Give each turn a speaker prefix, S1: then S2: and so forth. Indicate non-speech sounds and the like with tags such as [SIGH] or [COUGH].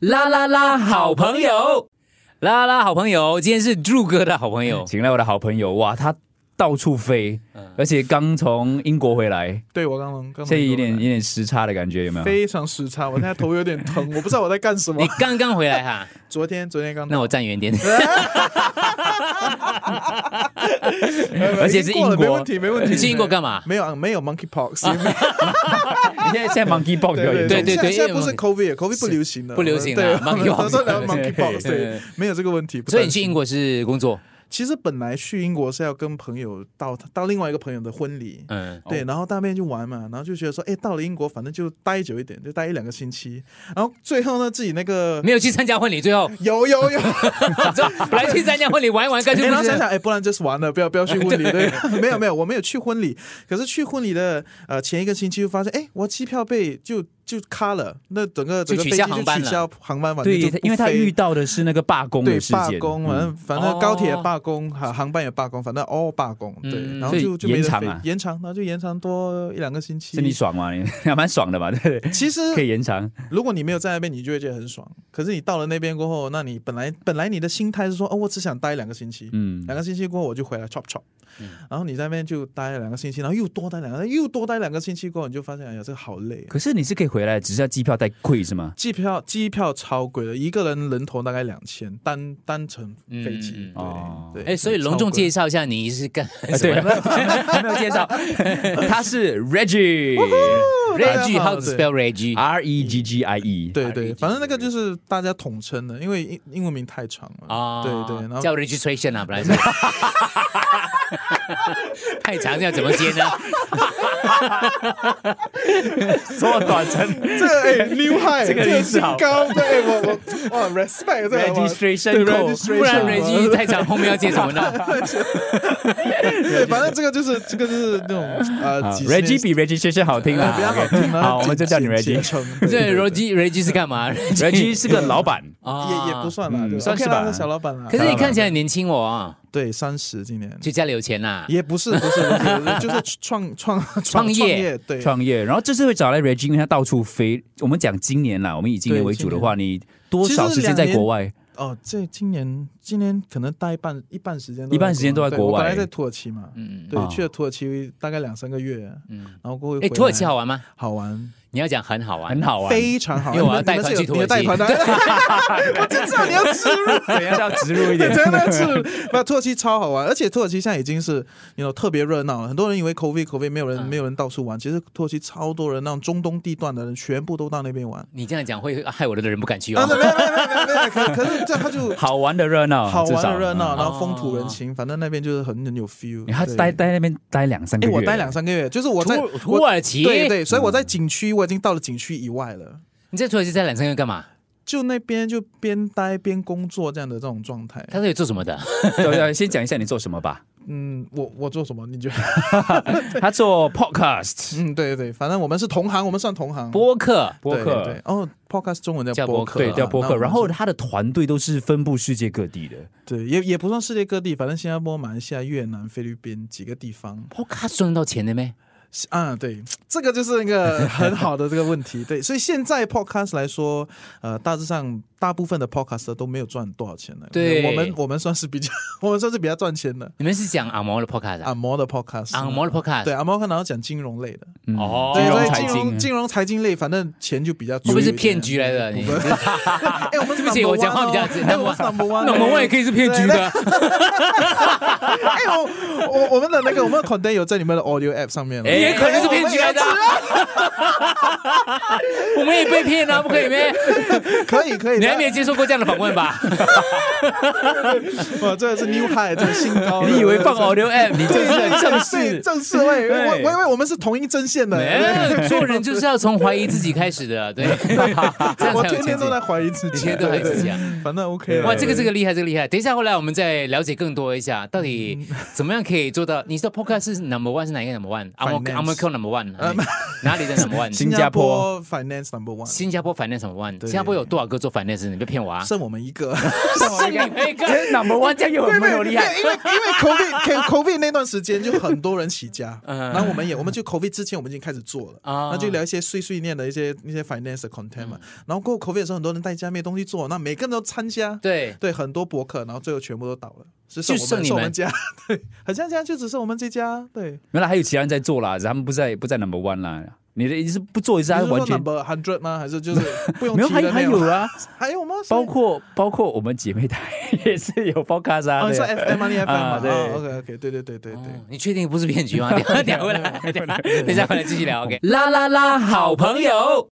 S1: 啦啦啦，好朋友，啦啦好朋友，今天是祝哥的好朋友，
S2: 请来我的好朋友，哇，他到处飞，而且刚从英国回来，
S3: 对我刚刚刚
S2: 现在有
S3: 一
S2: 点有点时差的感觉，有没有？
S3: 非常时差，我现在头有点
S1: [LAUGHS]
S3: 疼，我不知道我在干什么
S1: 啊你。刚刚回来哈，
S3: 昨天昨天刚
S1: 那我站远点。
S2: 而且是
S3: 呃已经过了
S2: 英国
S3: 没问题没问题。
S1: 你去英国干嘛？啊
S3: 没有啊，没有 monkeypox，也没有
S2: 你现在现在 monkey box 比较严
S1: 对
S2: 重，
S1: 对
S3: 现在现在
S1: 因为
S3: 不是 COVID，COVID 不流行了，
S1: 不流行了
S3: 对
S1: monkeypox
S3: 都聊 monkeypox，
S1: 对对
S3: 对，没有这个问题。不
S1: 所以
S3: 担
S1: 你去
S3: 心
S1: 英国是工作，
S3: 其实本来去英国是要跟朋友到到另外一个朋友的婚礼，
S1: 嗯，
S3: 对，然后大便就玩嘛，然后就觉得说，哎，到了英国反正就待久一点，就待一两个星期，然后最后呢自己那个
S1: 没有去参加婚礼，最后
S3: 有有有，
S1: 本来去参加婚礼玩一 [LAUGHS] 玩，干脆
S3: 哎然
S1: 不
S3: 后想
S1: 是。
S3: 想，哎，不然就是完了，不要不要去婚礼。
S1: [LAUGHS]
S3: 对， [LAUGHS] 没有没有，我没有去婚礼。可是去婚礼的呃前一个星期就发现，哎，我机票被就就卡了，那整个整个
S1: 就取
S3: 飞机
S1: 消
S3: 就
S1: 航班
S3: 取
S1: 了
S3: 消航班，完
S2: 对
S3: 全就，不
S2: 因为他
S3: 飞
S2: 遇到的是那个罢工
S3: 对
S2: 的事
S3: 罢
S2: 件，嗯
S3: 工，啊嗯反正反
S1: 哦
S3: 正高铁也罢工，航航班也罢工，反正哦罢工，对
S1: 嗯，
S3: 然后
S2: 所以
S3: 就就没
S2: 延
S3: 得
S2: 长
S3: 飞
S2: 啊
S3: 延长，然后就延长多一两个星期。
S1: [LAUGHS]
S2: 是你爽吗？你 [LAUGHS] 还蛮爽的吧？对，
S3: 其实
S2: 可以延长。
S3: 如果你没有在那边，你就会觉得很爽。可是你到了那边过后，那你本来本来你的心态是说，哦，我只想待两个星期，
S2: 嗯
S3: 两个星期过后我就回来 chop chop，、然
S1: 嗯
S3: 后你在那边就待了两个星期，然后又多待两个，又多待两个星期过后，你就发现哎呀，这个好累。
S2: 可是你是可以回来，只是要机票太贵是吗？
S3: 机票机票超贵的，一个人人头大概两千，单单程飞机。
S1: 嗯
S3: 对、
S2: 哦
S3: 对，
S1: 哎，所以隆重介
S3: 绍，
S1: 绍一下，你是干
S2: 哎
S1: 什
S2: 对，
S1: 么？
S2: 还没有介
S1: [LAUGHS]
S2: 绍，他是
S1: Reggie
S3: 大家
S1: how
S3: 好
S1: to
S3: 对
S1: spell Reggie？
S2: Reggie，R E G G I E。
S3: 嗯对对，反正那个就是大家统称的，因为英英文名太长了。
S1: 嗯啊，
S3: 对对，然后
S1: 叫 registration 啊，本来是。太长要怎么接呢？
S2: 说短
S3: [LAUGHS]
S2: 程
S3: 这个哎
S1: [LAUGHS]
S3: ，new high，
S2: 这个意思好
S3: 这个身高，对，哎我我哇，respect 这个哇
S2: registration
S3: 对
S2: code。
S3: registration
S1: 不然
S3: 嘛
S1: Reggie 太长，后面要接什么
S3: [LAUGHS]
S1: 呢？
S3: 对，反正这个就是这个就是那种呃
S2: 啊
S3: 几十年
S2: Reggie 比 registration 好听
S3: [LAUGHS] 呃
S2: 啦。
S3: 比较好听啊，
S2: 好我们就叫
S3: [LAUGHS]
S2: 你 Reggie
S1: 对
S3: 对
S1: Reggie Reggie 是干嘛
S2: Reggie 是个老板，
S1: 啊
S3: 也也不。算啦，
S2: 嗯
S3: 对
S2: 算是
S3: OK 啦
S2: 吧
S3: 小老板啦。
S1: 可是你看起来很年轻哦，啊
S3: 对三十今年
S1: 就家里有钱啦。
S3: 也不是不是不
S1: [LAUGHS]
S3: 是，就是创创创
S1: 创业
S3: 对
S2: 创业，然后这次会找来 Reggie，因为他到处飞。我们讲今年啦，我们以今年为主的话，你多少时间在国外？
S3: 哦，这今年今年可能待半一半时间
S2: 一半时间都在
S3: 对
S2: 国
S3: 我本来
S2: 外
S3: 在土耳其嘛，
S1: 嗯
S3: 对
S2: 啊，
S3: 去了土耳其大概两三个月，
S1: 嗯
S3: 然后过后
S1: 哎，
S3: 回
S1: 土耳其
S3: 来
S1: 好玩吗？
S3: 好玩，
S1: 你要讲很好玩，
S2: 很好玩。
S3: 非常好玩，
S1: 因为我要
S3: 你们
S1: 带团
S3: 你们是
S1: 去
S3: 有你有
S1: 土耳其
S3: 带团
S1: [LAUGHS]
S3: 的，我就知道你要植入。
S2: 怎 [LAUGHS] 样叫植入一点
S3: [LAUGHS] 对，？啊真的是，那土耳其超好玩，而且土耳其现在已经是，你 know 特别热闹了。很多人以为 COVID COVID 没有人、
S1: 嗯
S3: 没有人到处玩，其实土耳其超多人，那种中东地段的人全部都到那边玩。
S1: 你这样讲会害我的人不敢去
S3: 啊，没
S1: 哦。
S3: 没没没没没，可可是这他就
S2: 好玩的热闹，
S3: 好
S2: 至
S3: 玩
S2: 少
S3: 的热
S2: 嗯
S3: 闹，然后风土人情，反正那边就是很很有 feel
S2: 你。还
S3: 对
S2: 待。待那边待两三个
S3: 哎，
S2: 月，
S3: 我待两三个月，就是我在
S1: 土土
S3: 我
S1: 耳其，
S3: 对对，所以我在景区，我已经到了景区以外了。
S1: 你在土耳其在两三个月干嘛？
S3: 就那边就边待边工作这样的这种状态，
S1: 他到底做什么的？
S2: 对对，先讲一下你做什么吧。
S3: 嗯，我我做什么？你觉得？
S2: 他做 podcast
S3: 嗯，对对，反正我们是同行，我们算同行。
S1: 播客，
S2: 播
S3: 对对
S2: 客
S3: 对，哦，podcast 中文
S1: 叫
S3: 叫
S1: 播
S3: 播
S1: 客
S3: 客，啊
S2: 对叫播
S3: 那
S2: 客，
S3: 我们
S2: 然后他的团队都是分布世界各地
S3: [LAUGHS]
S2: 的。
S3: 对也也不算世界各地，反正新加坡、马来西亚、越南、菲律宾几个地方
S1: 播客赚到钱的咩？
S3: 啊，对，这个就是一个很好的这个问题， [LAUGHS] 对，所以现在 podcast 来说，呃，大致上大部分的 podcast 都没有赚多少钱的，
S1: 对
S3: 我们我们算是比较， [LAUGHS] 我们算是比较赚钱的，
S1: 你们是讲阿毛的 podcast 啊？
S3: 按摩的 podcast，
S1: 阿毛的 podcast，
S3: 对，阿猫看然后讲金融类的，
S2: 嗯
S1: 哦
S3: 对，所以
S2: 财
S3: 金融
S2: 经，
S3: 金融财经类，反正钱就比较
S1: 会
S3: 多
S1: 不会
S3: 一
S1: 是
S3: 点。
S1: 骗局来的？你
S3: [LAUGHS] 哎、我们是
S1: 对不起
S3: number
S1: 我讲话
S3: one 哦
S1: 比较直
S3: 哎我们是 number one，
S1: 那我们我也可以是骗局的。
S3: 哎、我我我们的那个我们的 content 有在你们的 audio app 上面了，
S2: 哎
S1: 也可能是骗局来的啊， [LAUGHS] 我们也被骗啊，不可以咩？
S3: 可以可以，
S1: 你还没有接受过这样的访问吧？
S3: 哇，这个是 new high，这个新高了，
S2: 你以为放 audio app，你就是
S3: 对对
S2: 正
S3: 对
S2: 式。
S3: 正式位，
S2: 对
S3: 我我以为我们是同一阵线的，
S1: 没有，做人就是要从怀疑自己开始的，对，这样才有
S3: 我
S1: 前进
S3: 天天。都在怀疑自
S1: 你
S3: 己，
S1: 天天都怀疑自己啊！
S3: 反正 OK 了。
S1: 哇，这个这个厉害，这个厉害！等一下，后来我们再了解更多一下，到底怎么样可以做到？你知道 Podcast 是 Number One 是哪一个 Number One？阿摩
S3: Finance
S1: 阿摩 Q Number One 哪里哪里的 Number One？
S2: 新加坡
S3: 新加坡 finance number one，
S1: 新加坡 Finance Number One，
S3: 对
S1: 新加坡有多少个做 Finance 是你被骗我啊？
S3: 剩我们一个。
S1: 是你被
S2: [LAUGHS] 这
S1: 骗
S2: 是 number one，这样有没有厉害？
S3: 因为因为
S2: [LAUGHS]
S3: COVID COVID 那段时间就很多人起家，
S1: 嗯
S3: 然后我们也我们就 COVID 之前我们已经开始做了，
S1: 啊
S3: 那就聊一些碎碎念的一些一些 finance 的 content
S2: 嗯
S3: 嘛。然后过后 COVID 的时候，很多人在家没东西做，那每个人都参加，
S1: 对，
S3: 对，很多博客，然后最后全部都倒了，只
S1: 就
S3: 剩我
S1: 剩
S3: 们
S1: 你
S3: 是我
S1: 们
S3: 们家， [LAUGHS] 对，很像这样，就只剩我们这家，对。
S2: 原来还有其他人在做啦，只是他们不在不在 number one 啦。你的意思是不做一次，他
S3: 你是
S2: 完
S3: 说
S2: 全
S3: number hundred 吗？还
S2: [LAUGHS]
S3: 是就是不用
S2: 没有，
S3: 提
S2: 还
S3: 的
S2: 还
S3: 那
S2: 有
S3: 种？
S2: 啊，
S3: 还有吗？
S2: 包括包括我们姐妹台 [LAUGHS] 也是有 podcast 啊，
S3: 哦，
S2: 对
S3: 你说
S2: 啊
S3: FM 吗？你 FM
S2: 啊
S3: 吗？
S2: 对
S3: OK OK，对对对对对。
S1: 哦你确定不是骗局吗？等一下等一下回来，等一下回来继续聊。OK，啦啦啦，好朋友。